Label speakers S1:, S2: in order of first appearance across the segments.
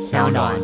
S1: 小暖。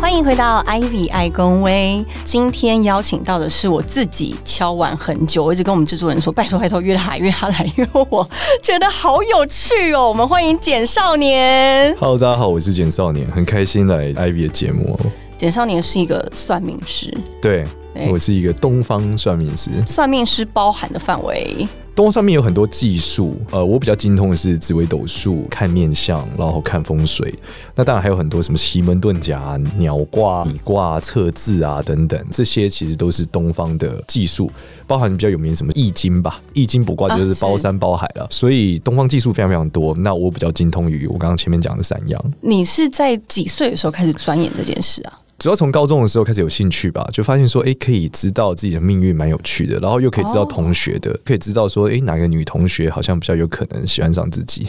S2: 欢迎回到 Ivy 爱公威，今天邀请到的是我自己敲碗很久，我一直跟我们制作人说，拜托拜托约他来约他来，因为我觉得好有趣哦。我们欢迎简少年，
S3: Hello，大家好，我是简少年，很开心来 Ivy 的节目哦。
S2: 简少年是一个算命师，
S3: 对
S2: 对
S3: 我是一个东方算命师，
S2: 算命师包含的范围
S3: 东方算命有很多技术，呃，我比较精通的是紫微斗数、看面相，然后看风水。那当然还有很多什么奇门遁甲、啊鸟卦、米卦、测字啊等等，这些其实都是东方的技术，包含比较有名什么易经吧，易经卜卦就是
S2: 啊
S3: 包
S2: 是
S3: 山包海了，所以东方技术非常非常多。那我比较精通于我刚刚前面讲的三样。
S2: 你是在几岁的时候开始钻研这件事啊？
S3: 主要从高中的时候开始有兴趣吧，就发现说，诶，可以知道自己的命运蛮有趣的，然后又可以知道
S2: 哦
S3: 同学的，可以知道说，诶，哪个女同学好像比较有可能喜欢上自己，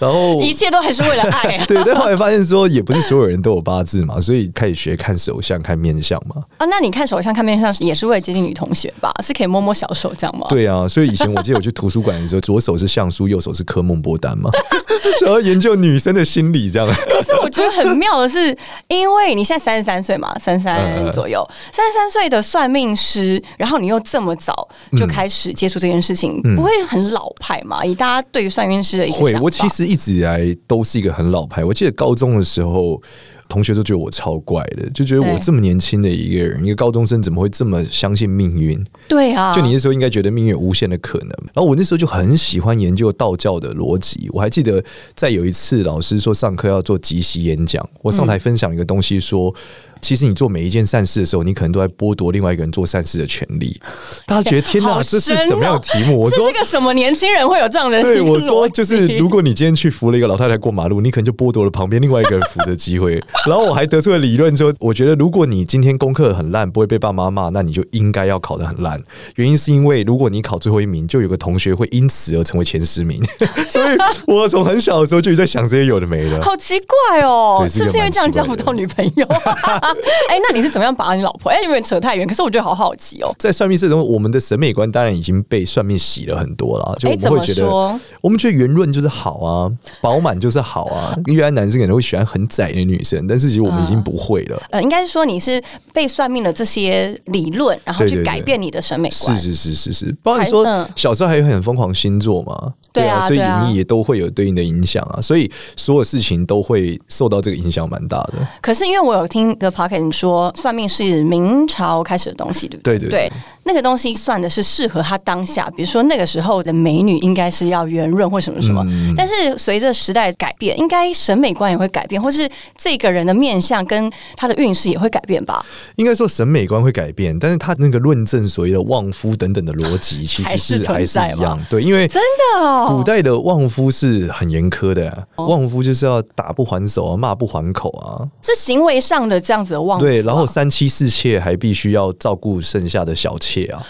S3: 然后。
S2: 一切都还是为了爱、啊
S3: 对，但后来发现说，也不是所有人都有八字嘛，所以开始学看手相、看面相嘛。
S2: 啊，那你看手相看面相也是为了接近女同学吧？是可以摸摸小手这样吗？，
S3: 对啊，所以以前我记得我去图书馆的时候，左手是相书，右手是科梦波丹嘛， 想要研究女生的心理这样。
S2: 可是我觉得很妙的是，因为你现在三十三岁嘛，三
S3: 嗯
S2: 三
S3: 嗯
S2: 左右，三十三岁的算命师，然后你又这么早
S3: 嗯
S2: 就开始接触这件事情，不会很老派嘛？以大家对于算命师的一个
S3: 会
S2: 想，法，
S3: 我其实一直以来都是一个很老牌。我记得高中的时候，同学都觉得我超怪的，就觉得
S2: 对
S3: 我这么年轻的一个人，一个高中生怎么会这么相信命运？
S2: 对啊，
S3: 就你那时候应该觉得命运有无限的可能。然后我那时候就很喜欢研究道教的逻辑。我还记得在有一次老师说上课要做即席演讲，我上台分享一个东西说。其实你做每一件善事的时候，你可能都在剥夺另外一个人做善事的权利。大家觉得天哪，
S2: 好
S3: 这是
S2: 深
S3: 什么样的
S2: 哦
S3: 题目？我
S2: 这
S3: 说
S2: 是个什么年轻人会有这样的一个逻
S3: 对，
S2: 辑？
S3: 我说就是，如果你今天去扶了一个老太太过马路，你可能就剥夺了旁边另外一个人扶的机会。 然后我还得出了理论说，我觉得如果你今天功课很烂，不会被爸妈骂，那你就应该要考得很烂。原因是因为如果你考最后一名，就有个同学会因此而成为前十名。 所以我从很小的时候就一直在想这些有的没的。
S2: 好奇怪哦，
S3: 对
S2: 是不是
S3: 是一
S2: 因
S3: 个
S2: 为
S3: 蛮
S2: 这样
S3: 奇怪
S2: 交
S3: 的
S2: 不到女朋友？ 哎、那你是怎么样把你老婆？哎、有点扯太远，可是我觉得好好奇哦。
S3: 在算命这种，我们的审美观当然已经被算命洗了很多了，就
S2: 哎
S3: 我们会觉
S2: 怎么
S3: 得
S2: 说，
S3: 我们觉得圆润就是好啊，饱满就是好 啊。原来男生可能会喜欢很窄的女生，但是其实我们已经不会了。
S2: 呃，应该是说你是被算命的这些理论，然后
S3: 对
S2: 去
S3: 对
S2: 改
S3: 对
S2: 变你的审美观。
S3: 是是是是是，包括
S2: 还
S3: 你说
S2: 嗯
S3: 小时候还有很疯狂星座嘛，
S2: 对啊
S3: 所
S2: 对啊
S3: 以你也都会有对应的影响啊，所以所有事情都会受到这个影响蛮大的。
S2: 可是因为我有听一个 p o c k e t 说，算命是明朝开始的东西，对不对？
S3: 对对对
S2: 那个东西算的是适合他当下，比如说那个时候的美女应该是要圆润或什么什么。
S3: 嗯
S2: 但是随着时代改变，应该审美观也会改变，或是这个人的面相跟他的运势也会改变吧？
S3: 应该说审美观会改变，但是他那个论证所谓的旺夫等等的逻辑，其实是
S2: 还
S3: 还
S2: 是
S3: 是
S2: 存在
S3: 一
S2: 吗
S3: 样，对，因为
S2: 真的
S3: 古
S2: 哦，
S3: 代的旺夫是很严苛的、啊，旺夫就是要打不还手啊，骂不还口啊，
S2: 是行为上的这样子的忘。
S3: 对，然后三妻四妾还必须要照顾剩下的小妾啊，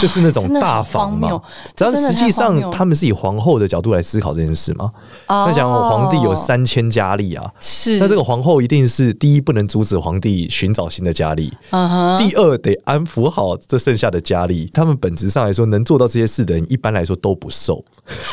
S3: 就是那种
S2: 真的很
S3: 大房
S2: 荒谬。
S3: 嘛然后
S2: 这真的
S3: 实
S2: 太荒
S3: 际上
S2: 谬
S3: 他们是以皇后的角度来思考这件事嘛。
S2: 哦
S3: 那想我皇帝有三千佳丽啊，
S2: 是，
S3: 那这个皇后一定是第一不能阻止皇帝寻找新的佳丽，
S2: 嗯哼
S3: 第二得安抚好这剩下的佳丽。他们本质上来说，能做到这些事的人，一般来说都不瘦。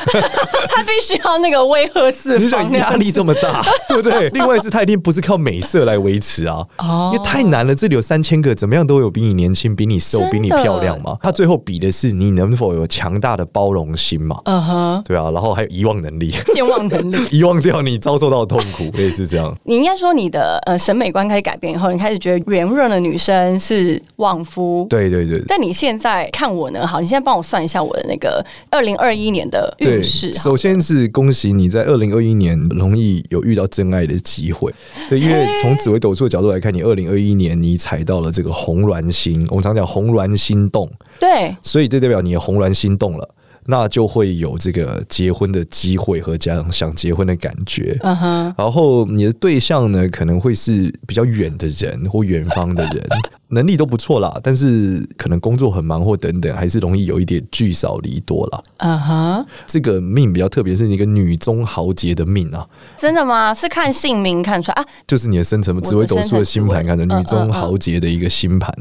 S2: 他必须要那个威吓四
S3: 你
S2: 方
S3: 想
S2: 那
S3: 压
S2: 样
S3: 力这么 大，对不对？另外是，他一定不是靠美色来维持啊，
S2: 哦
S3: 因为太难了。这里有三千个，怎么样都有比你年轻、比你瘦
S2: 真、的
S3: 比你漂亮嘛。他最后比的是你能否有强大的包容心嘛，
S2: 嗯哼，
S3: 对啊，然后还有遗忘能力，
S2: 健忘能力。
S3: 遗忘掉你遭受到的 痛苦，类似这样。
S2: 你应该说你的呃审美观开始改变以后，你开始觉得圆润的女生是旺夫。。
S3: 对对对。
S2: 但你现在看我呢？好，你现在帮我算一下我的那个二零二一年的
S3: 对
S2: 运，势。
S3: 首先是恭喜你在二零二一年容易有遇到真爱的机会。对，因为从紫微斗数的角度来看，你二零二一年你踩到了这个红鸾星，我们常讲红鸾心动，
S2: 对，
S3: 所以这代表你的红鸾心动了，那就会有这个结婚的机会和加上想结婚的感觉。
S2: 嗯哼，
S3: 然后你的对象呢，可能会是比较远的人或远方的人。能力都不错啦，但是可能工作很忙或等等，还是容易有一点聚少离多啦。
S2: 嗯哼，
S3: 这个命比较特别，是一个女中豪杰的命啊，
S2: 真的吗？是看姓名看出来啊？
S3: 就是你的生辰紫微嗯斗数的星盘，看的女中豪杰的一个星盘。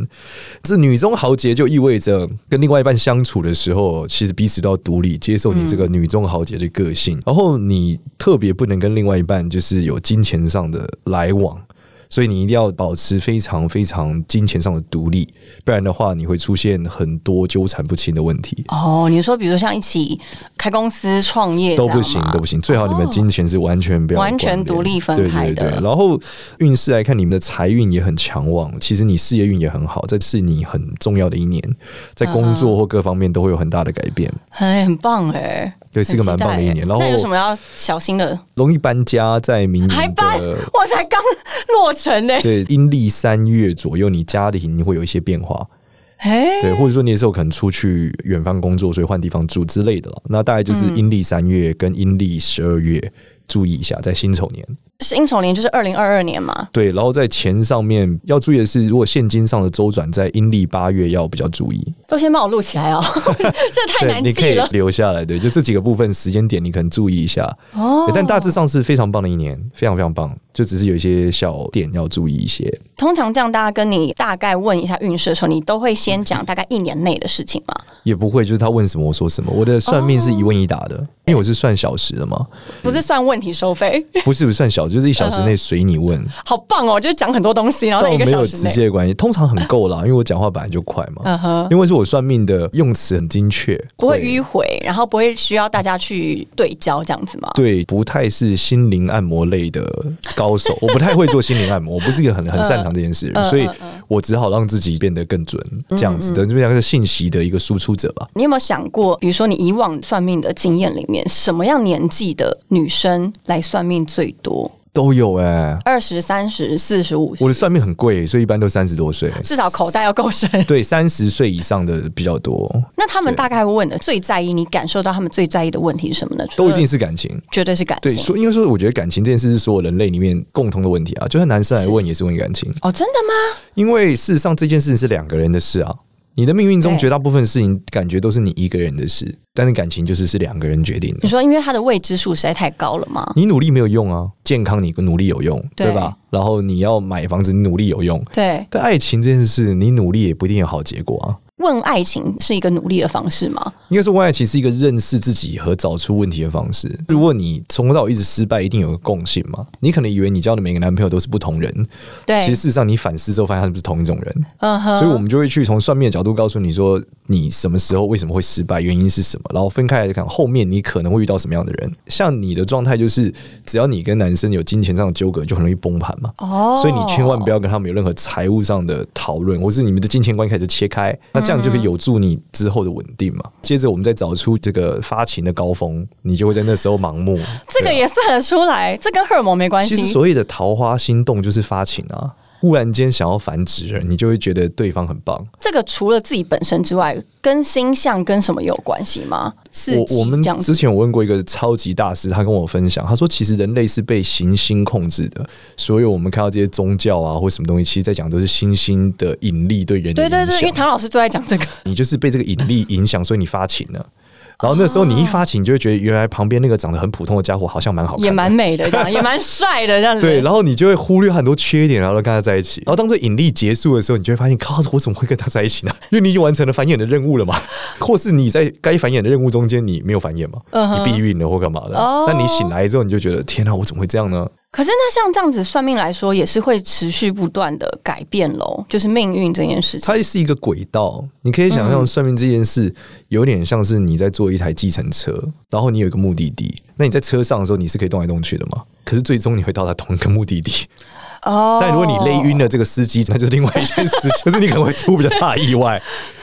S3: 这女中豪杰就意味着跟另外一半相处的时候，其实彼此都要独立，接受你这个女中豪杰的个性。然后你特别不能跟另外一半就是有金钱上的来往。所以你一定要保持非常非常金钱上的独立，不然的话你会出现很多纠缠不清的问题。
S2: 哦，你说比如说像一起开公司创业
S3: 都不行，都不
S2: 行。
S3: 行。最好你们金钱是完全不
S2: 哦
S3: 要、
S2: 完全独立分开的
S3: 对对对。然后运势来看，你们的财运也很强旺，其实你事业运也很好，这是你很重要的一年，在工作或各方面都会有很大的改变。
S2: 哎，很棒哎，
S3: 对是一个蛮棒的一年
S2: 很期待哎
S3: 然后
S2: 那有什么要小心的？
S3: 容易搬家，在明年的
S2: 还搬？我才刚落成欸呢。
S3: 对阴历三月左右，你家庭会有一些变化。
S2: 哎，
S3: 对，或者说你也是有可能出去远方工作，所以换地方住之类的了。那大概就是
S2: 嗯
S3: 阴历三月跟阴历十二月。注意一下，在辛丑年
S2: 辛丑年就是二零二二年嘛。
S3: 对，然后在钱上面要注意的是，如果现金上的周转在阴历八月要比较注意，
S2: 都先帮我录起 来哦，这太
S3: 对，
S2: 难
S3: 你可
S2: 记
S3: 以
S2: 了。
S3: 留下来，对，就这几个部分时间点你可能注意一下，
S2: 哦
S3: 对，但大致上是非常棒的一年，非常非常棒，就只是有一些小点要注意一些，
S2: 通常这样，大家跟你大概问一下运势的时候，你都会先讲大概一年内的事情嘛？
S3: 也不会就是他问什么我说什么，我的算命是一问一答的，
S2: 哦
S3: 因为我是算小时的嘛，
S2: 不是算问题收费，
S3: 不是不算小时，就是一小
S2: 嗯
S3: 时内随你问，
S2: 好棒哦！就是讲很多东西，然后
S3: 倒
S2: 在一
S3: 没
S2: 个小
S3: 有
S2: 时
S3: 直
S2: 内。
S3: 接的关系，通常很够啦，因为我讲话本来就快嘛。
S2: 嗯哼，
S3: 因为是我算命的用词很精确，
S2: 不会迂回，然后不会需要大家去对焦这样子吗？
S3: 对，不太是心灵按摩类的 高手，我不太会做心灵按摩，我不是一个很很擅长这件
S2: 嗯
S3: 事的人，所以我只好让自己变得更准，这样子的，就像是信息的一个输出者吧。
S2: 你有没有想过，比如说你以往算命的经验里面，什么样年纪的女生来算命最多？
S3: 都有哎、
S2: 二十三十、四十五，
S3: 我的算命很贵，所以一般都三十多岁，
S2: 至少口袋嗯要够深。
S3: 对三十岁以上的比较多，
S2: 那他们大概会问的最在意，你感受到他们最在意的问题是什么呢？除
S3: 都
S2: 了
S3: 一定是感情。
S2: 绝对是感
S3: 对，
S2: 情。
S3: 所因为说，我觉得感情这件事是所有人类里面共同的问题啊，就算男生来问也是问感情，
S2: 哦，真的吗？
S3: 因为事实上这件事情是两个人的事啊。你的命运中
S2: 对
S3: 绝大部分事情，感觉都是你一个人的事，但是感情就是是两个人决定
S2: 你
S3: 的。
S2: 说因为他的未知数实在太高了吗？
S3: 你努力没有用啊，健康你努力有用，
S2: 对
S3: 对吧？然后你要买房子，你努力有用，
S2: 对，
S3: 但爱情这件事，你努力也不一定有好结果啊。
S2: 问爱情是一个努力的方式吗？
S3: 应该说，外爱其实是一个认识自己和找出问题的方式。如果你从头到尾一直失败，一定有个共性嘛？你可能以为你交的每个男朋友都是不同人，
S2: 对，
S3: 其实事实上你反思之后发现他们是同一种人。
S2: 嗯哼，
S3: 所以我们就会去从算命的角度告诉你说，你什么时候为什么会失败，原因是什么，然后分开来看后面你可能会遇到什么样的人。像你的状态就是，只要你跟男生有金钱上的纠葛，就很容易崩盘嘛。
S2: 哦，
S3: 所以你千万不要跟他们有任何财务上的讨论，或是你们的金钱观开始切开，那这样就可以有助你之后的稳定
S2: 嗯
S3: 嘛。接着我们再找出这个发情的高峰，你就会在那时候盲目。
S2: 这个
S3: 对啊
S2: 也是很出来，这跟荷尔蒙没关
S3: 其实
S2: 系。
S3: 所谓的桃花心动就是发情啊，忽然间想要繁殖了，你就会觉得对方很棒。
S2: 这个除了自己本身之外，跟星象跟什么有关系吗？四
S3: 我
S2: 季
S3: 我们
S2: 这样子
S3: 之前我问过一个超级大师，他跟我分享，他说其实人类是被行星控制的，所以我们看到这些宗教啊或什么东西，其实在讲都是星星的引力对人的
S2: 对
S3: 影
S2: 对
S3: 响。
S2: 对，因为唐老师最爱讲这个，
S3: 你就是被这个引力影响，所以你发情了。然后那时候
S2: 啊
S3: 你一发情，你就会觉得原来旁边那个长得很普通的家伙好像蛮好看的，
S2: 也蛮美的，这 样也蛮帅的，这样子。
S3: 对，然后你就会忽略很多缺点，然后跟他在一起。然后当这引力结束的时候，你就会发现，靠，我怎么会跟他在一起呢？ 因为你已经完成了繁衍的任务了嘛， 或是你在该繁衍的任务中间你没有繁衍嘛，
S2: 嗯哼
S3: 你避孕了或干嘛的。
S2: 哦
S3: 但你醒来之后，你就觉得天啊，我怎么会这样呢？
S2: 可是那像这样子算命来说，也是会持续不断的改变喽，就是命运这件事情。
S3: 它是一个轨道，你可以想象算命这件事有点像是你在坐一台计程车，然后你有一个目的地，那你在车上的时候你是可以动来动去的嘛？可是最终你会到达同一个目的地，
S2: 哦
S3: 但如果你累晕，了这个司机，那就是另外一件事 情，就是你可能会出比较大的意外。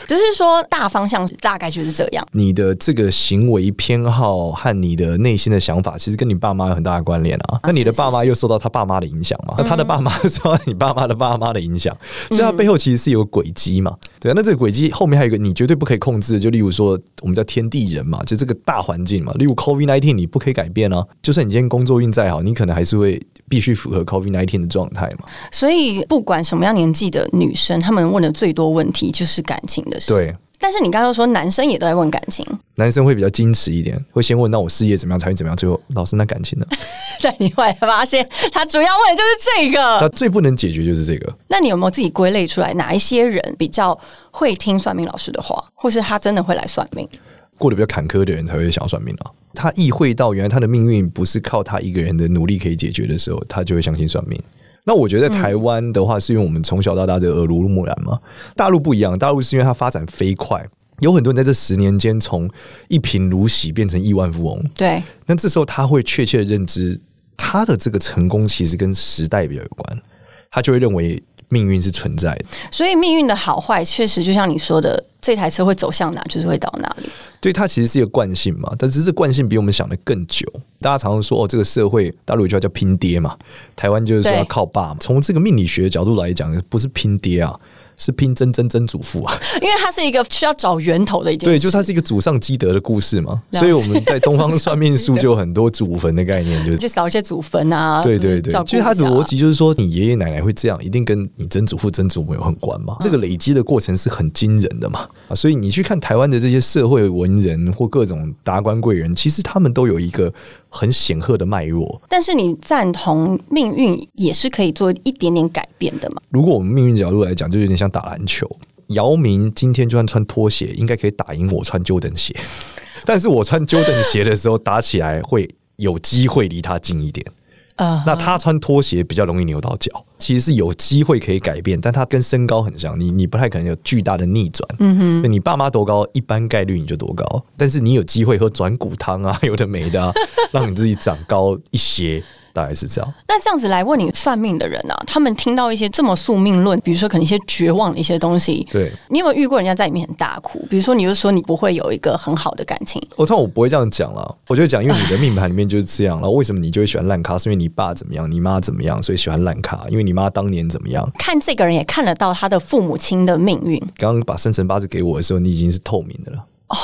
S2: 就是说大方向大概就是这样。
S3: 你的这个行为偏好和你的内心的想法，其实跟你爸妈有很大的关联啊。那你的
S2: 是是
S3: 爸妈又受到他爸妈的影响嘛？那他的爸妈受到你爸妈的爸妈的影响，所以他背后其实是有个轨迹嘛。对啊，那这个轨迹后面还有一个你绝对不可以控制的，就例如说我们叫天地人嘛，就这个大环境嘛。例如 COVID nineteen 你不可以改变啊，就算你今天工作运再好，你可能还是会必须符合 COVID nineteen 的状态嘛。
S2: 所以不管什么样年纪的女生，她们问的最多问题就是感情的事。，
S3: 对，
S2: 但是你刚刚又说男生也都在问感情，
S3: 男生会比较矜持一点，会先问那我事业怎么样，才会怎么样，最后老师那感情呢？
S2: 但你后来发现他主要问的就是这个。
S3: 他最不能解决就是这个。
S2: 那你有没有自己归类出来哪一些人比较会听算命老师的话，或是他真的会来算命？
S3: 过得比较坎坷的人才会想要算命啊。他意会到原来他的命运不是靠他一个人的努力可以解决的时候，他就会相信算命。那我觉得在台湾的话，是因为我们从小到大的耳濡目染嘛。大陆不一样，大陆是因为它发展飞快，有很多人在这十年间从一贫如洗变成亿万富翁。
S2: 对，
S3: 那这时候他会确切地认知他的这个成功其实跟时代比较有关，他就会认为命运是存在的。
S2: 所以命运的好坏，确实就像你说的，这台车会走向哪，就是会到哪里。
S3: 对，它其实是一个惯性嘛，但只是这惯性比我们想的更久。大家常常说哦，这个社会大陆有句话叫拼爹嘛，台湾就是说
S2: 对
S3: 要靠爸嘛。从这个命理学的角度来讲，不是拼爹啊，是拼曾曾曾祖父啊。
S2: 因为它是一个需要找源头的一件事。
S3: 对，就是它是一个祖上积德的故事嘛。
S2: 了解
S3: 所以我们在东方算命
S2: 祖上
S3: 术
S2: 积德
S3: 就有很多祖坟的概念，就是
S2: 去扫一些祖坟啊，
S3: 对
S2: 什么
S3: 对对
S2: 照，顾
S3: 其实他的
S2: 一下
S3: 逻辑就是说，你爷爷奶奶会这样，一定跟你曾祖父、曾祖母有很关
S2: 嗯
S3: 嘛。这个累积的过程是很惊人的嘛。啊所以你去看台湾的这些社会文人或各种达官贵人，其实他们都有一个很显赫的脉络。
S2: 但是你赞同命运也是可以做一点点改变的嘛？
S3: 如果我们命运角度来讲，就有点像打篮球。姚明今天就算穿拖鞋，应该可以打赢我穿 Jordan 鞋， 但是我穿 Jordan 鞋的时候打起来会有机会离他近一点。
S2: 呃，
S3: 那他穿拖鞋比较容易扭到脚，其实是有机会可以改变，但他跟身高很像，你你不太可能有巨大的逆转。嗯哼，你爸妈多高，一般概率你就多高，但是你有机会喝转骨汤啊， 有的没的、啊，让你自己长高一些，大概是这样。
S2: 那这样子来问你算命的人啊，他们听到一些这么宿命论，比如说可能一些绝望的一些东西，
S3: 对，
S2: 你有没有遇过人家在里面很大哭？比如说你就说你不会有一个很好的感情，
S3: 我哦通常我不会这样讲啦，我就讲，因为你的命盘里面就是这样，然后为什么你就会喜欢烂咖？是因为你爸怎么样，你妈怎么样，所以喜欢烂咖，因为你妈当年怎么样。
S2: 看这个人也看得到他的父母亲的命运，
S3: 刚刚把生辰八字给我的时候，你已经是透明的了。哦，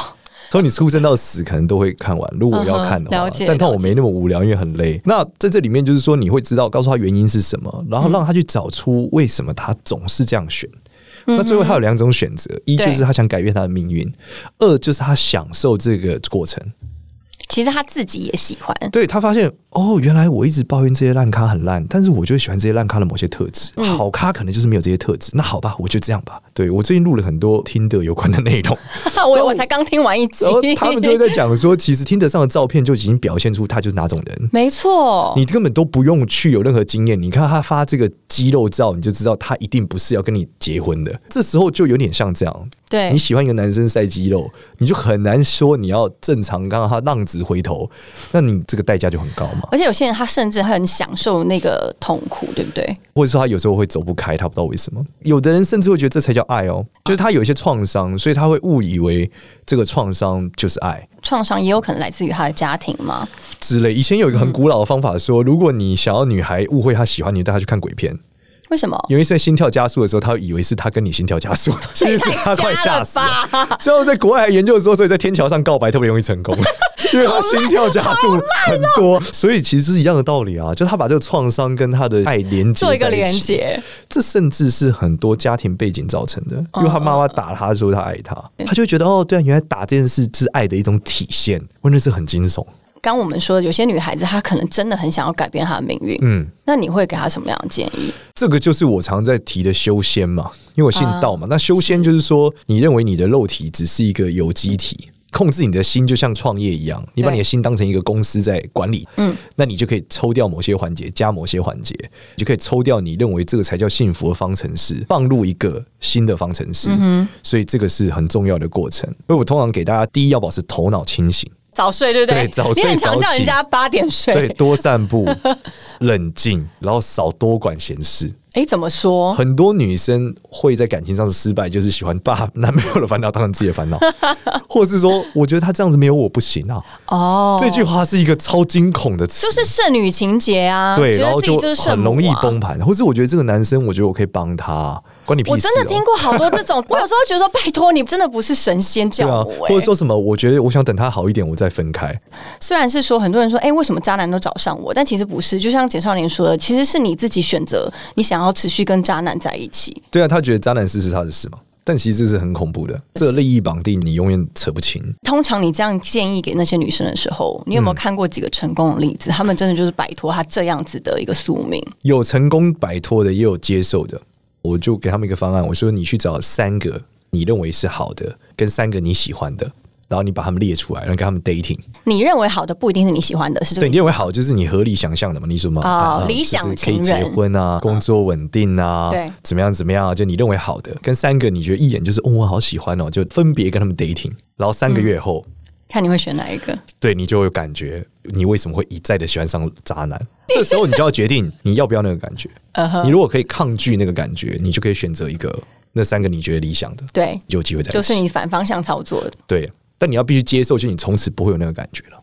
S3: 从你出生到死，可能都会看完。如果我要看的
S2: 嗯哼
S3: 话，
S2: 了解
S3: 但但我
S2: 了解
S3: 没那么无聊，因为很累。那在这里面，就是说你会知道，告诉他原因是什么，然后
S2: 嗯
S3: 让他去找出为什么他总是这样选。
S2: 嗯
S3: 那最后他有两种选择：一就是他想改变他的命运，二就是他享受这个过程。
S2: 其实他自己也喜欢。
S3: 对他发现哦，原来我一直抱怨这些烂咖很烂，但是我就喜欢这些烂咖的某些特质。好咖可能就是没有这些特质。那好吧，我就这样吧。对我最近录了很多听的有关的内容，
S2: 哦我我才刚听完一集
S3: 然后，他们就会在讲说，其实听得上的照片就已经表现出他就是哪种人。
S2: 没错，
S3: 你根本都不用去有任何经验，你看他发这个肌肉照，你就知道他一定不是要跟你结婚的。这时候就有点像这样，
S2: 对
S3: 你喜欢一个男生晒肌肉，你就很难说你要正常让他浪子回头，那你这个代价就很高嘛。
S2: 而且有些人他甚至很享受那个痛苦，对不对？
S3: 或者说他有时候会走不开，他不知道为什么。有的人甚至会觉得这才叫爱哦，就是他有一些创伤，所以他会误以为这个创伤就是爱。
S2: 创伤也有可能来自于他的家庭嘛。
S3: 之类。以前有一个很古老的方法说，如果你想要女孩误会她喜欢你，带她去看鬼片，
S2: 为什么？
S3: 因为在心跳加速的时候，她会以为是她跟你心跳 加速，其 实是她快吓死了。
S2: 了吧！
S3: 最后在国外还研究说，所以在天桥上告白特别容易 成功，因为她心跳加速很多，
S2: 哦
S3: 所以其实是一样的道理啊，就她把这个创伤跟她的爱连接
S2: 做一个
S3: 在
S2: 连
S3: 起。
S2: 接，
S3: 这甚至是很多家庭背景造成的，因为他妈妈打他说他爱他，他就会觉得哦哦，对啊，原来打这件事是爱的一种体现，真的是很惊悚。
S2: 刚我们说的有些女孩子她可能真的很想要改变她的命运，
S3: 嗯，
S2: 那你会给她什么样的建议？
S3: 这个就是我常在提的修仙嘛，因为我信道嘛。那修仙啊就是说，你认为你的肉体只是一个有机体。控制你的心就像创业一样，你把
S2: 对
S3: 你的心当成一个公司在管理，嗯，那你就可以抽掉某些环节，加某些环节，你就可以抽掉你认为这个才叫幸福的方程式，放入一个新的方程式，嗯、所以这个是很重要的过程。所以我通常给大家，第一要保持头脑清醒，
S2: 早睡对不
S3: 对早睡
S2: 你很常
S3: 早
S2: 叫
S3: 起
S2: 人家八点
S3: 对，
S2: 睡，
S3: 多散 步，冷静，然后少多管闲事，
S2: 哎，怎么说？
S3: 很多女生会在感情上的失败，就是喜欢把男朋友的烦恼当成自己 的烦恼，或是说，我觉得他这样子没有我不行啊。
S2: 哦，
S3: 这句话是一个超惊恐的词，
S2: 就是剩女情节啊，
S3: 对，
S2: 觉
S3: 然
S2: 得
S3: 后
S2: 自己就是圣
S3: 很
S2: 母啊
S3: 容易崩盘，或是我觉得这个男生，我觉得我可以帮他。关你屁事、哦。
S2: 我真的听过好多这 种，我有时候觉得说，拜托你真的不是神仙
S3: 对
S2: 教
S3: 啊
S2: 我、，
S3: 或者说什么？我觉得我想等他好一点，我再分开。
S2: 虽然是说很多人说，哎、为什么渣男都找上我？但其实不是，就像简少年说的，其实是你自己选择你想要持续跟渣男在一起。
S3: 对啊，他觉得渣男事是他的事嘛，但其实这是很恐怖的，这个利益绑定你永远扯不清。
S2: 通常你这样建议给那些女生的时候，你有没
S3: 嗯
S2: 有看过几个成功的例子？他们真的就是摆脱他这样子的一个宿命。
S3: 有成功摆脱的，也有接受的。我就给他们一个方案，我说你去找三个你认为是好的，跟三个你喜欢的，然后你把他们列出来，然后跟他们 dating。
S2: 你认为好的不一定是你喜欢的，是这个
S3: 对，
S2: 意
S3: 你
S2: 思。
S3: 认为好就是你合理想象的嘛？你说嘛？
S2: 哦
S3: 啊
S2: 理想
S3: 就是可以
S2: 情
S3: 结
S2: 人嗯
S3: 婚啊，工作稳定啊，
S2: 对
S3: 怎么样怎么样啊？就你认为好的，跟三个你觉得一眼就是哦，我好喜欢哦，就分别跟他们 dating，然后三个月后，
S2: 看你会选哪一个？
S3: 对你就有感觉，你为什么会一再的喜欢上 渣男？这时候你就要决定你要不要那个感觉。
S2: 嗯哼
S3: 你如果可以抗拒那个感觉，你就可以选择一个那三个你觉得理想的，
S2: 对，
S3: 有机会在一起。
S2: 就是你反方向操作的。
S3: 对，但你要必须接受，就你从此不会有那个感觉 了。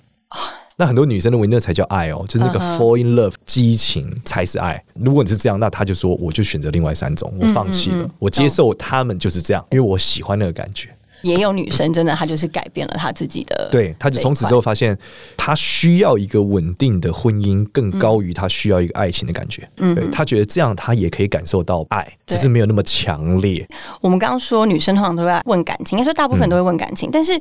S3: 那很多女生认为那才叫爱哦，就是那个
S2: 嗯
S3: fall in love 激情才是爱。如果你是这样，那他就说我就选择另外三种，我放弃
S2: 嗯
S3: 了，我接受他们就是这样，因为我喜欢那个感觉。
S2: 也有女生真的，她就是改变了她自己的这一块，
S3: 对，他就从此之后发现，他需要一个稳定的婚姻，更高于他需要一个爱情的感觉。嗯，对他觉得这样他也可以感受到爱，只
S2: 对
S3: 是没有那么强烈。
S2: 我们刚刚说女生通常都会问感情，应该说大部分都会问感
S3: 嗯
S2: 情，但是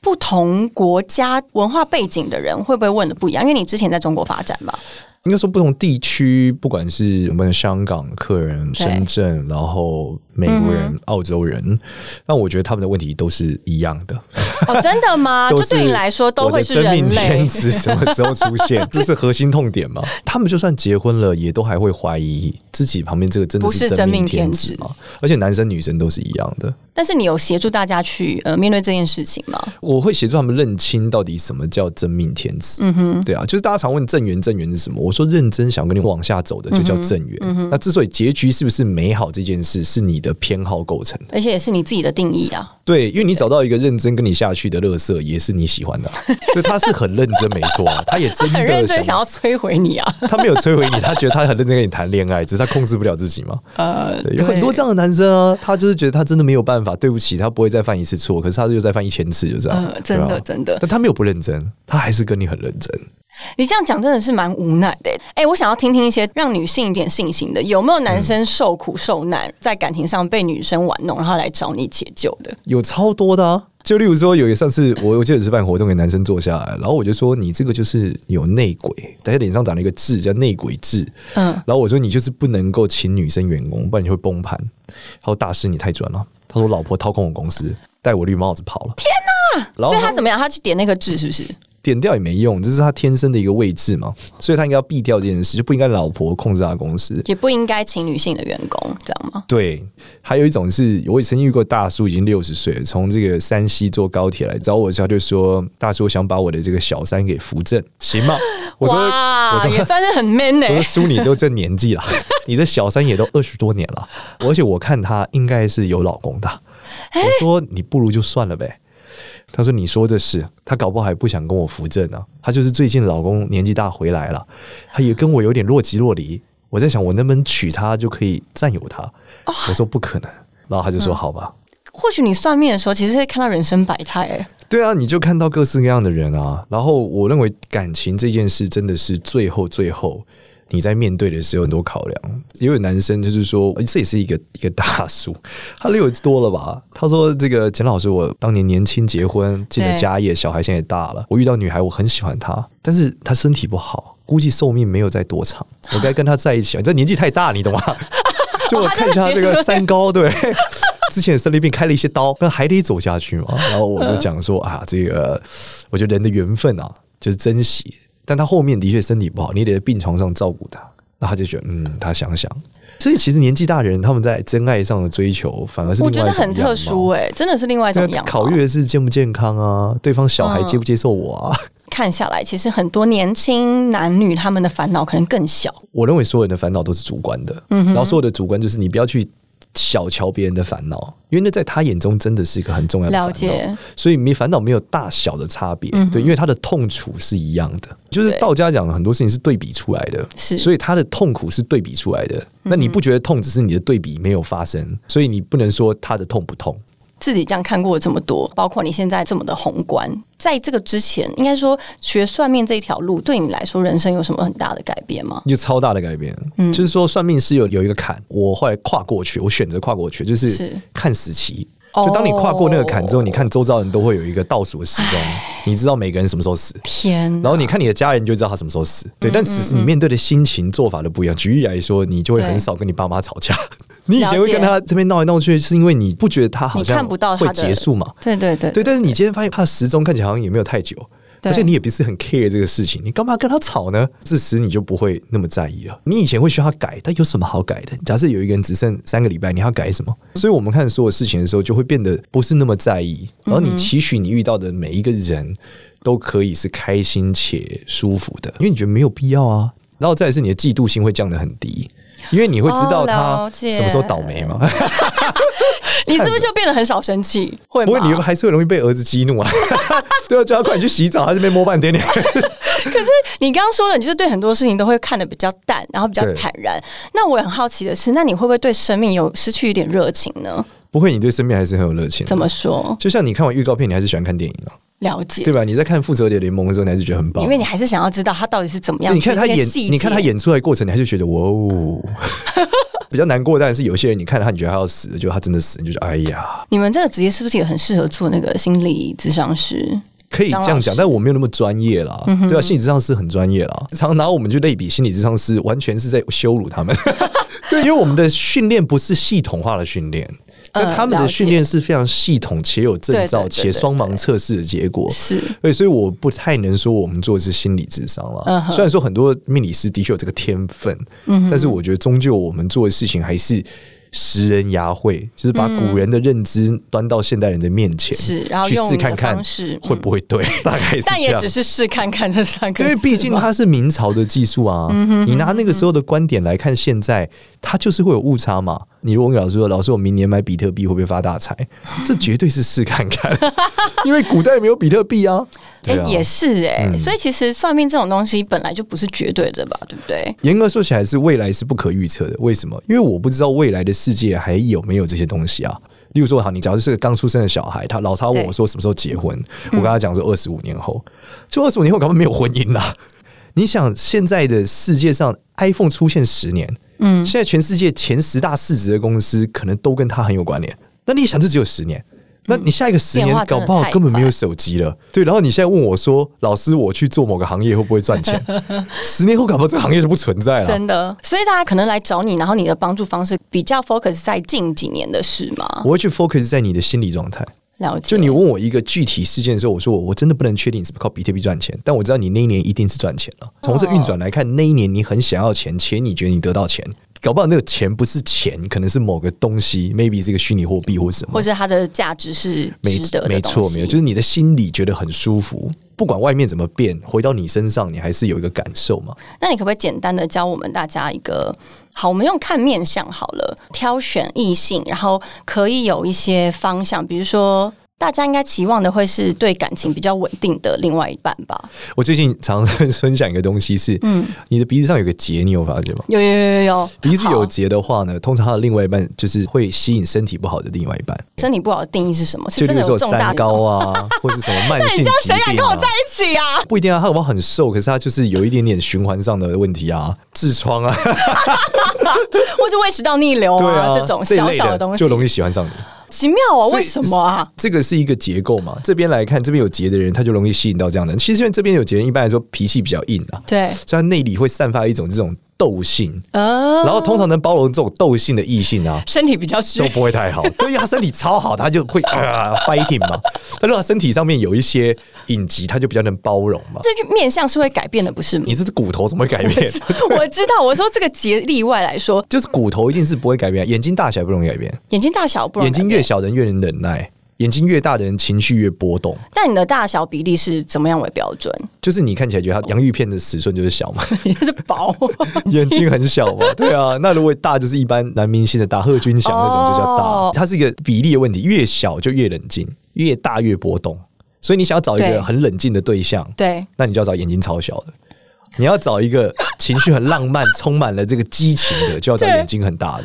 S2: 不同国家文化背景的人会不会问的不一样？因为你之前在中国发展 嘛，
S3: 应该说不同地区，不管是我们的香港客人、
S2: 对
S3: 深圳，然后美国人、
S2: 嗯
S3: 澳洲人，那我觉得他们的问题都是一样的。
S2: 哦，真的吗？
S3: 都
S2: 就是对你来说都
S3: 我
S2: 会
S3: 的
S2: 是
S3: 真
S2: 人
S3: 命
S2: 类
S3: 天。子什么时候出 现，这是核心痛点嘛？他们就算结婚了，也都还会怀疑自己旁边这个真的
S2: 不是
S3: 真
S2: 真
S3: 命
S2: 命
S3: 天
S2: 天
S3: 子
S2: 子
S3: 嘛？而且男生女生都是一样的。
S2: 但是你有协助大家去呃面对这件事情吗？
S3: 我会协助他们认清到底什么叫真命天子。嗯哼，对啊，就是大家常问正缘，正缘是什么？我说认真想跟你往下走的
S2: 嗯
S3: 就叫正缘。那之所以结局是不是美好这件事，是你的偏好构成的。
S2: 而且也是你自己的定义啊。
S3: 对，因为你找到一个认真跟你下去的乐色，也是你喜欢的 啊。所以他是很认真，没错啊，他也真
S2: 很认
S3: 的
S2: 真想
S3: 想。
S2: 要摧毁你啊！
S3: 他没有摧毁你，他觉得他很认真跟你谈恋爱，只是他控制不了自己嘛。
S2: 呃
S3: 对有很多这样的男生啊，他就是觉得他真的没有办法，对不起，他不会再犯一次错，可是他又再犯一千次，就这样。
S2: 呃，真
S3: 对
S2: 的
S3: 啊
S2: 真的，
S3: 但他没有不认真，他还是跟你很认真。
S2: 你这样讲真的是蛮无奈的欸。哎、我想要听听一些让女性一点信心的，有没有男生受苦受难，在感情上被女生玩弄，然后来找你解救的？
S3: 有超多的啊。就例如说，有一上次我我记得也是办活动给男生坐下来，然后我就说你这个就是有内鬼，大家脸上长了一个痣叫内鬼痣，
S2: 嗯
S3: 然后我说你就是不能够请女生员工，不然你会崩盘。他说大师你太准了，他说我老婆掏空我公司，戴我绿帽子跑了。天哪！然后
S2: 所以他怎么样？他去点那个痣是不是？
S3: 点掉也没用，这是他天生的一个位置嘛，所以他应该要避掉这件事，就不应该老婆控制他的公司。
S2: 也不应该请女性的员工，这样吗？
S3: 对，还有一种是我也曾经遇过大叔，已经六十岁了，从这个山西坐高铁来找我的时候，他就说：“大叔，我想把我的这个小三给扶正，行吗？”我说：“我
S2: 哇，
S3: 说
S2: 也算是 很 man 欸呢、
S3: 我说叔，你都这年纪了，你这小三也都二十多年了，而且我看他应该是有老公的。”我说：“你不如就算了呗。”他说：“你说这是，他搞不好还不想跟我扶正呢、他就是最近老公年纪大回来了，他也跟我有点若即若离。我在想，我能不能娶她就可以占有她？我说不可能。然后他就说：“好吧。
S2: 或许你算命的时候，其实会看到人生百态、欸。
S3: 对啊，你就看到各式各样的人啊。然后我认为感情这件事真的是最后最后你在面对的时候很多考量。也有男生就是说，呃这也是一个一个大叔，他六十多了吧？他说这个简老师，我当年年轻结婚，进了
S2: 对
S3: 家业，小孩现在也大了，我遇到女孩，我很喜欢她，但是她身体不好，估计寿命没有再多长，我该跟她在一起吗。这年纪太大，你懂吗？ 就我看一下这
S2: 哦
S3: 个三高，对， 之前生了病开了一些刀，那还得走下去 嘛。然后我就讲说啊，这个我觉得人的缘分啊，就是珍惜。但他后面的确身体不好，你得在病床上照顾他。那他就觉得，嗯，他想想，所以其实年纪大的人他们在真爱上的追求，反而是
S2: 我
S3: 另
S2: 觉
S3: 外
S2: 得
S3: 一种
S2: 很特
S3: 样
S2: 殊
S3: 貌。
S2: 哎、真的是另外一种
S3: 对啊
S2: 样貌。
S3: 考虑的是健不健康啊，对方小孩接不接受我啊。
S2: 看下来，其实很多年轻男女他们的烦恼可能更小。嗯
S3: 我认为所有人的烦恼都是主观的，然后所有的主观就是你不要去小瞧别人的烦恼，因为那在他眼中真的是一个很重要的烦恼
S2: 了解嗯
S3: 所以没烦恼没有大小的差别，对，因为他的痛楚是一样的。就是
S2: 对
S3: 道家讲的很多事情是对比出来的，
S2: 是嗯
S3: 所以他的痛苦是对比出来的。那你不觉得痛只是你的对比没有发生，所以你不能说他的痛不痛。
S2: 自己这样看过这么多，包括你现在这么的宏观，在这个之前，应该说学算命这一条路对你来说，人生有什么很大的改变吗？
S3: 就超大的改变。
S2: 嗯
S3: 就是说算命是有有一个坎，我后来跨过去，我选择跨过去，就是
S2: 是
S3: 看时期。
S2: 哦
S3: 就当你跨过那个坎之后，你看周遭人都会有一个倒数的时钟，你知道每个人什么时候死。
S2: 啊天
S3: 然
S2: 哪，
S3: 后你看你的家人就知道他什么时候死，
S2: 嗯
S3: 对。但此时你面对的心情做法都不一样。举例来说，你就会
S2: 对
S3: 很少跟你爸妈吵架。你以前
S2: 了
S3: 会
S2: 解
S3: 跟他这边闹来闹去，是因为你不觉得他好
S2: 你
S3: 像
S2: 看不到他
S3: 会
S2: 的
S3: 结束嘛？
S2: 对对对
S3: 对，但是你今天发现他的时钟看起来好像也没有太久，
S2: 对
S3: 而且你也不是很 care 这个事情，你干嘛跟他吵呢？自此你就不会那么在意了。你以前会需要他改，但有什么好改的？假设有一个人只剩三个礼拜，你要改什么？
S2: 嗯
S3: 所以我们看所有事情的时候，就会变得不是那么在意，
S2: 嗯
S3: 然后你期许你遇到的每一个人都可以是开心且舒服的，因为你觉得没有必要啊。然后再来是你的嫉妒心会降得很低。因为你会知道
S2: 哦
S3: 他
S2: 了解
S3: 什么时候倒霉嘛，
S2: 你是不是就变得很少生气？会
S3: 不
S2: 吗
S3: 过？你还是会容易被儿子激怒啊。 对啊，叫他快点去洗澡，他这边摸半天，你
S2: 可是你刚刚说的，你就是对很多事情都会看得比较淡，然后比较
S3: 对
S2: 坦然。那我很好奇的是，那你会不会对生命有失去一点热情呢？
S3: 不会，你对生命还是很有热情。啊
S2: 怎？么说？
S3: 就像你看完预告片，你还是喜欢看电影啊，
S2: 了解，
S3: 对吧？你在看《复仇者联盟》的时候，你还是觉得很棒
S2: 因。为你还是想要知道他到底是怎么样。
S3: 你看他
S2: 那些
S3: 演，
S2: 细节
S3: 你看他，演出来的过程，你还是觉得哇哦， 比较难过。但是有些人，你看他，你觉得他要死了，就他真的死了，你就觉得哎呀，
S2: 你们这个职业是不是也很适合做那个心理咨商师？
S3: 可以这
S2: 张
S3: 样
S2: 老师嗯
S3: 讲，但我没有那么专业啦，对啊，心理智商师很专业啦，常拿我们去类比心理智商师，完全是在羞辱 他们。对，因为我们的训练不是系统化的训练。
S2: 嗯
S3: 那他们
S2: 了
S3: 的
S2: 解
S3: 训练是非常系统且有证照
S2: 对对对
S3: 且
S2: 对
S3: 双盲测试的结果，
S2: 是
S3: 对，所以我不太能说我们做的是心理智商了。
S2: 嗯哼嗯
S3: 虽然说很多命理师的确有这个天分，但是我觉得终究我们做的事情还是识人牙慧，就是把古人的认知端到现代人的面前，
S2: 嗯是然后
S3: 去
S2: 用
S3: 试
S2: 你的
S3: 看看
S2: 方式嗯
S3: 会不会对， 大概是这样。
S2: 但也只是试看看这三个字哎
S3: 因
S2: 嘛，
S3: 为毕竟它是明朝的技术啊，你拿那个时候的观点来看现在，它就是会有误差嘛。你如果跟老师说，老师我明年买比特币会不会发大财？ 这绝对是试看看， 因为古代没有比特币啊。
S2: 哎、
S3: 对啊，
S2: 也是哎、所以其实算命这种东西本来就不是绝对的吧，对不对？
S3: 严格说起来是未来是不可预测的。为什么？因为我不知道未来的世界还有没有这些东西啊。例如说，好，你假如是个刚出生的小孩，他老他问我说什么时候结婚，我
S2: 嗯
S3: 跟他讲说二十五年后，就二十五年后，搞不好没有婚姻啦。你想，现在的世界上，iPhone 出现十年，嗯，现在全世界前十大市值的公司可能都跟它很有关联。那你想，这只有十年，那你下一个十年
S2: 嗯变化真
S3: 搞
S2: 的
S3: 不好
S2: 太
S3: 根本没有
S2: 快
S3: 手机了。对，然后你现在问我说，老师，我去做某个行业会不会 赚钱？十年后搞不好这个行业就不存在了。
S2: 真的，所以大家可能来找你，然后你的帮助方式比较 focus 在近几年的事吗？
S3: 我会去 focus 在你的心理状态。
S2: 了解，
S3: 就你问我一个具体事件的时候，我说我我真的不能确定你是不是靠比特币赚钱，但我知道你那一年一定是赚钱
S2: 哦
S3: 了。从这运转来看，那一年你很想要钱，且你觉得你得到钱，搞不好那个钱不是钱，可能是某个东西，maybe 是一个虚拟货币或什么
S2: 或。者它的价值是
S3: 没
S2: 哦值得的
S3: 没错，
S2: 东西
S3: 没有，就是你的心里觉得很舒服，不管外面怎么变，回到你身上，你还是有一个感受嘛。
S2: 那你可不可以简单的教我们大家一个？好，我们用看面相好了，挑选异性，然后可以有一些方向，比如说大家应该期望的会是对感情比较稳定的另外一半吧？
S3: 我最近常常分享一个东西是，嗯，你的鼻子上有个结，你有发现吗？
S2: 有有有有有，
S3: 鼻子有
S2: 好
S3: 结的话呢，通常它的另外一半就是会吸引身体不好的另外一半，
S2: 身体不好的定义是什么？是
S3: 就
S2: 真
S3: 比
S2: 的
S3: 如
S2: 有
S3: 说有
S2: 重大
S3: 三
S2: 的哎
S3: 高啊，或是什么慢 性疾
S2: 谁敢
S3: 病
S2: 跟我
S3: 啊
S2: 在。一起啊？
S3: 不一定啊，他有没有很瘦？可是他就是有一点点循环上的问题啊，痔疮啊，
S2: 或者胃食道逆流
S3: 对
S2: 啊
S3: 啊，
S2: 这种
S3: 这一
S2: 小
S3: 类
S2: 小的东西
S3: 就，容易喜欢上你。
S2: 奇妙啊，
S3: 所以
S2: 为什么啊？
S3: 这个是一个结构嘛，这边来看，这边有结的人，他就容易吸引到这样的人。其实因为这边有结的人，一般来说脾气比较硬啊，
S2: 对，
S3: 所以他内里会散发一种这种斗性，
S2: 呃，
S3: 然后通常能包容这种斗性的异性啊，
S2: 身体比较虚
S3: 都，不 会太好。对，因为他身体超好，他就会啊、fighting 嘛。但如果他身体上面有一些隐疾，他就比较能包容嘛。
S2: 这就面相是会改变的，不是吗
S3: 你？是骨头怎么会改 变？
S2: 我知道，我说这个节例外来说，
S3: 就是骨头一定是不会改变，眼睛大小也不容易改变，
S2: 眼睛大小不容易
S3: 眼睛
S2: 改
S3: 越
S2: 变
S3: 小的人越能忍耐。眼睛越大的人情绪越波动，
S2: 但你的大小比例是怎么样为标准？
S3: 就是你看起来觉得他洋芋片的尺寸就是小嘛，
S2: 你是 薄
S3: 眼睛很小嘛，对啊。那如果大就是一般男明星的大，贺军翔那种就叫大，
S2: 哦
S3: 它是一个比例的问题，越小就越冷静，越大越波动。所以你想要找一
S2: 对
S3: 个很冷静的对象，
S2: 对，
S3: 那你就要找眼睛超小的。你要找一个情绪很浪漫、充满了这个激情的，就要找
S2: 对
S3: 眼睛很大的。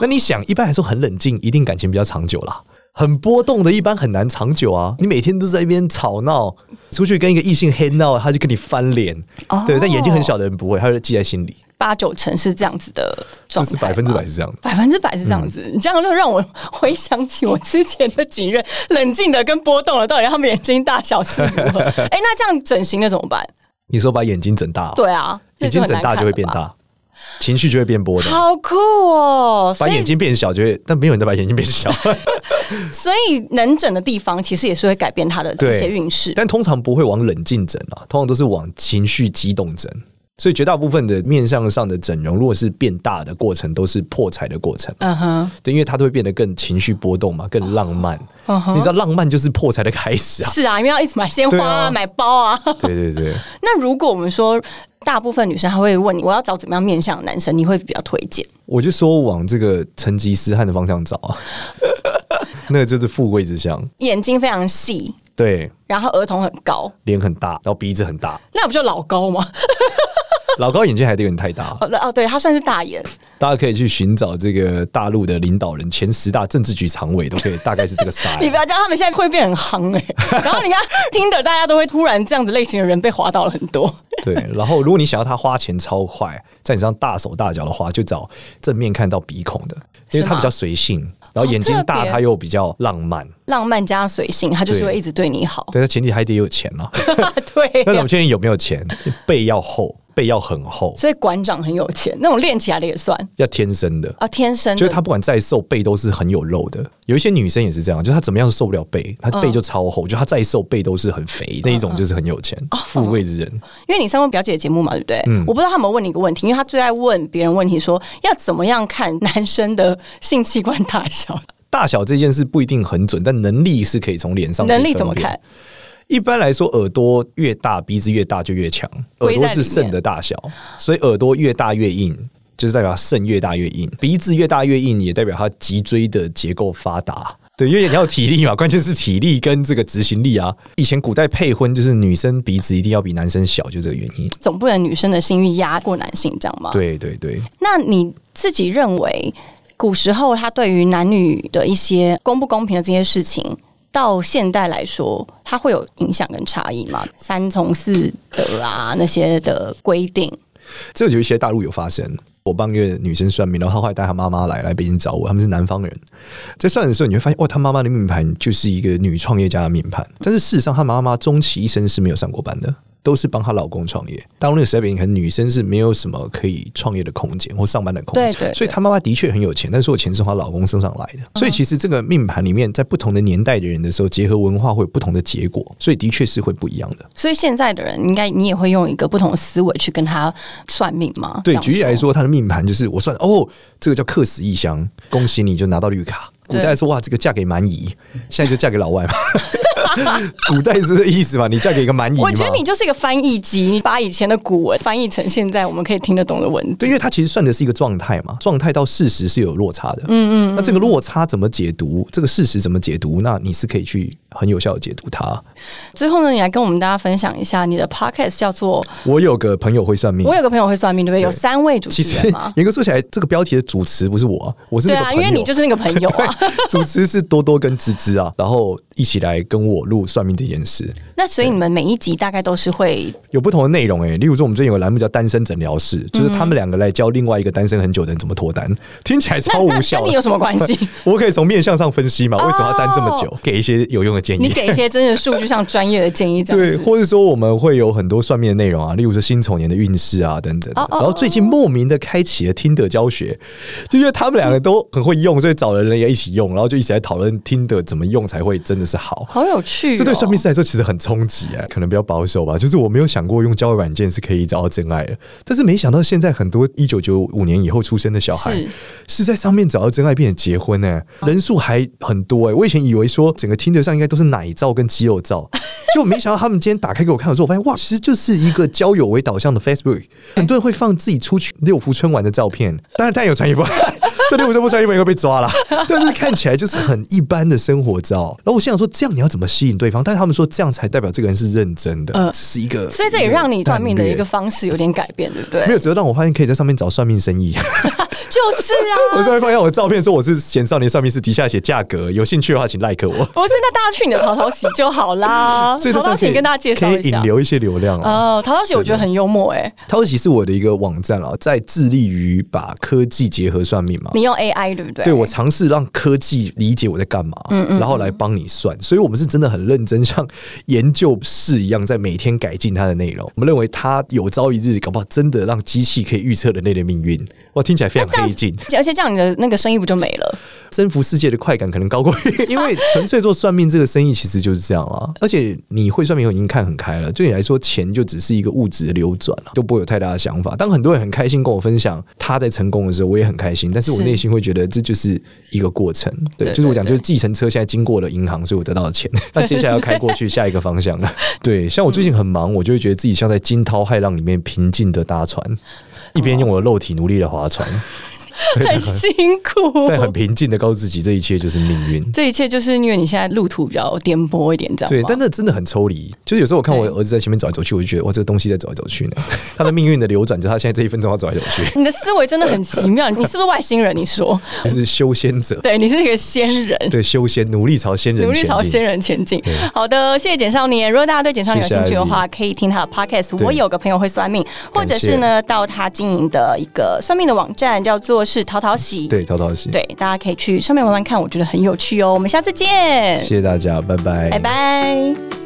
S3: 那你想，一般来说很冷静，一定感情比较长久啦。很波动的，一般很难长久啊。你每天都在一边吵闹，出去跟一个异性黑闹，他就跟你翻脸。
S2: 哦
S3: 对，但眼睛很小的人不会，他就记在心里。
S2: 八九成是这样子的
S3: 这
S2: 状
S3: 是
S2: 态，
S3: 百分之百。嗯是这样的。
S2: 百分之百是这样子，你这样就让我回想起我之前的几任冷静的跟波动的，到底他们眼睛大小是如 何？哎、那这样整形的怎么办？
S3: 你说把眼睛整大、，哦
S2: 对啊，
S3: 眼
S2: 这
S3: 睛
S2: 很
S3: 整
S2: 难
S3: 大
S2: 看
S3: 就会变
S2: 了吧，
S3: 大，情绪就会变波动。
S2: 好酷哦！
S3: 把
S2: 所
S3: 眼
S2: 以
S3: 睛变小就会，但没有人再把眼睛变小。
S2: 所以能整的地方其实也是会改变他的这
S3: 对
S2: 些运势。
S3: 但通常不会往冷静整啊，通常都是往情绪激动整。所以绝大部分的面相上的整容，如果是变大的过程，都是破财的过程。啊
S2: 嗯哼，
S3: 对，因为它都会变得更情绪波动嘛，更浪漫。
S2: 嗯哼
S3: 你知道，浪漫就是破财的开始啊。
S2: 是啊，因为要一直买鲜花、
S3: 对啊
S2: 买包啊。
S3: 对对对，
S2: 那如果我们说大部分女生还会问你，我要找怎么样面相的男生，你会比较推荐？
S3: 我就说往这个成吉思汗的方向找啊， 那个就是富贵之相。
S2: 眼睛非常细，
S3: 对，
S2: 然后额头很高，
S3: 脸很大，然后鼻子很大，
S2: 那不就老高 吗？
S3: 老高眼睛还有点太大。啊
S2: 哦，哦，对，他算是大眼，
S3: 大家可以去寻找这个大陆的领导人，前十大政治局常委都可以，大概是这个 size。啊
S2: 你不要叫他们现在会变很夯哎、然后你看 Tinder，大家都会突然这样子类型的人被划到了很多。
S3: 对，然后如果你想要他花钱超快，在你身上大手大脚的花，就找正面看到鼻孔的，因为
S2: 是吗
S3: 他比较随性，然后眼睛
S2: 好特
S3: 大，
S2: 别哦
S3: 他又比较浪漫。
S2: 浪漫加随性，他就是
S3: 对
S2: 会一直对你 好。
S3: 对，那前提还得有钱啦。
S2: 对啊
S3: 那怎
S2: 呀、
S3: 么确定有没有钱？背要厚，背要很厚，
S2: 所以馆长很有钱，那种练起来的也算
S3: 要天生的。
S2: 啊，天生的
S3: 就是她不管再瘦，背都是很有肉的。有一些女生也是这样，就是她怎么样都受不了背，她
S2: 嗯
S3: 背就超厚，就她再瘦背都是很肥那一种，就是很有钱，
S2: 哦
S3: 富贵之人。
S2: 因为你上过表姐的节目嘛，对不对？
S3: 嗯
S2: 我不知道他有没有问你一个问题，因为他最爱问别人问题说，要怎么样看男生的性器官大 小，
S3: 大小这件事不一定很准，但能力是可以从脸上
S2: 能
S3: 去
S2: 力
S3: 分
S2: 怎么
S3: 辨
S2: 看？
S3: 一般来说，耳朵越大，鼻子越大就越强。耳
S2: 归在里面
S3: 朵是肾的大小，所以耳朵越大越硬，就是代表肾越大越硬；鼻子越大越硬，也代表它脊椎的结构发达。对，因为你要有体力嘛，关 键是体力跟这个执行力啊。以前古代配婚就是女生鼻子一定要比男生小，就这个原因。
S2: 总不能女生的性欲压过男性，这样吗？。
S3: 对对对，
S2: 那你自己认为，古时候他对于男女的一些公不公平的这些事情，到现代来说，它会有影响跟差异吗？三从四德啊那些的规定，
S3: 这个有一些大陆有发生。我帮一个女生算命，然后她后来带她妈妈来来北京找我，他们是南方人。在算的时候，你会发现，哇，她妈妈的命盘就是一个女创业家的命盘，但是事实上，她妈妈终其一生是没有上过班的，都是帮她老公创业。大陆那个时代背景，可能女生是没有什么可以创业的空间或上班的空间，
S2: 对对对嗯
S3: 所以她妈妈的确很有钱，但是我钱是从她老公身上来的。所以其实这个命盘里面，在不同的年代的人的时候，结合文化会有不同的结果，所以的确是会不一样的。
S2: 所以现在的人应该你也会用一个不同的思维去跟他算命吗？这
S3: 对，
S2: 样
S3: 举例来说，他的命盘就是我算哦，这个叫客死异乡，恭喜你就拿到绿卡。古
S2: 对
S3: 代说哇，这个嫁给蛮夷，现在就嫁给老外嘛。 古代是这个意思嘛？你嫁给一个蛮夷嘛？
S2: 我觉得你就是一个翻译机，你把以前的古文翻译成现在我们可以听得懂的文字。
S3: 对，因为它其实算的是一个状态嘛，状态到事实是有落差的。嗯嗯那这个落差怎么解读？这个事实怎么解读？那你是可以去很有效的解读它。
S2: 之后呢，你来跟我们大家分享一下你的 podcast 叫做
S3: 我有个朋友会算
S2: “
S3: 命
S2: 我。有个朋友会算命”，对不对？有三位主
S3: 嗯其
S2: 持
S3: 实
S2: 人吗？
S3: 严格说起来，这个标题的主持不是我啊、我是
S2: 对
S3: 那个
S2: 啊，
S3: 朋
S2: 因
S3: 友。
S2: 为你就是那个朋友 啊。
S3: 主持是多多跟芝芝啊，然后一起来跟我录算命这件事。
S2: 那所以你们每一集大概都是会
S3: 有不同的内容诶、例如说我们最近有个栏目叫“单身诊疗室”，就是他们两个来教另外一个单身很久的人怎么脱单，听起来
S2: 那
S3: 超无
S2: 那
S3: 效
S2: 跟你
S3: 的。哎
S2: 有什么关系？哦
S3: 我可以从面相上分析嘛，为什么要单这么久，给一些有用的建
S2: 你
S3: 议。
S2: 给一些真的数据上专业的建议，这样
S3: 对，
S2: 子。
S3: 或者说我们会有很多算命的内容啊，例如说辛丑年的运势啊等等的。
S2: 哦哦
S3: 然后最近莫名的开启了听的教学，就因为他们两个都很会用，所以找了人家一起用，然后就一起来讨论听的怎么用才会真的是好。
S2: 好有趣、哦，
S3: 这对算命师来说其实很冲击哎，可能比较保守吧。就是我没有想过用交友软件是可以找到真爱的，但是没想到现在很多一九九五年以后出生的小孩
S2: 是
S3: 是在上面找到真爱并且结婚
S2: 哦
S3: 呢、人数还很多哎、我以前以为说整个听得上应该都是奶照跟肌 肉照，结果没想到他们今天打开给我看的时候，我发现哇，其实就是一个交友为导向的 Facebook，很多人会放自己出去六福春玩的照片，当然但有穿衣服。 这六福春不穿衣服应该被抓了，但是看起来就是很一般的生活照。然后我心想说，这样你要怎么吸引对方？但是他们说这样才代表这个人是认真的，
S2: 嗯
S3: 这是一个。
S2: 所以这也让你算命的一
S3: 一
S2: 个
S3: 个
S2: 方式有点改变，对不对？
S3: 没有，只是让我发现可以在上面找算命生意。
S2: 就是
S3: 我
S2: 啊，
S3: 上面放一下我的照片，说我是前少年算命师，底下写价格，有兴趣的话请 like 我。
S2: 不是，那大家去你的淘淘喜就哦好啦。
S3: 所以
S2: 淘淘喜
S3: 请
S2: 跟大家介绍
S3: 可
S2: 一
S3: 以引
S2: 下。
S3: 流一些流量啊。
S2: 哦，淘淘喜我觉得很幽默哎、
S3: 淘喜是我的一个网站了，在致力于把科技结合算命嘛。
S2: 你用 AI 对不对？
S3: 对我尝试让科技理解我在干嘛，
S2: 嗯
S3: 然后来帮你算，所以我们是真的很认真，像研究室一样，在每天改进它的内容。我们认为它有朝一日，搞不好真的让机器可以预测人类的命运。哇，听起来非常
S2: 这样
S3: 黑
S2: 子
S3: 镜。，
S2: 而且这样你的那个生意不就没了？
S3: 征服世界的快感可能高过 于，因为纯粹做算命这个生意其实就是这样啊。而且你会算命，已经看很开了，对你来说，钱就只是一个物质的流转啊了、都不会有太大的想法。当很多人很开心跟我分享他在成功的时候，我也很开心，但是我
S2: 是
S3: 内心会觉得这就是一个过程。对，
S2: 对
S3: 就是我讲，
S2: 对
S3: 就是计程车现在经过了银行，所以我得到了钱。 那接下来要开过去下一个方向了。 对，像我最近很忙，我就会觉得自己像在惊涛骇浪里面平静的搭船，
S2: 哦
S3: 一边用我的肉体努力的划船，
S2: 很辛苦。
S3: 但很平静的告诉自己，这一切就是命运。
S2: 这一切就是因为你现在路途比较颠簸一点，这样
S3: 对，
S2: 吗
S3: 但那真的很抽离。就是有时候我看我
S2: 对
S3: 儿子在前面走来走去，我就觉得哇，这个东西在走来走去呢。 他的命运的流转，就是他现在这一分钟要走来走去，
S2: 你的思维真的很奇妙。你是不是外星人？你说，
S3: 就是修仙者，
S2: 对你是一个仙人。
S3: 对修仙，努力朝仙人
S2: 努
S3: 前
S2: 力
S3: 进。
S2: 朝仙人前进。好的，谢谢简少年。如果大家对简少年有兴趣的话，可以听他的 podcast。
S3: 对
S2: 我有个朋友会算命，或者是呢，到他经营的一个算命的网站，叫做是淘淘喜。
S3: 对，陶陶喜，
S2: 对，大家可以去上面玩玩看，我觉得很有趣哦。我们下次见，
S3: 谢谢大家，拜拜，
S2: 拜拜。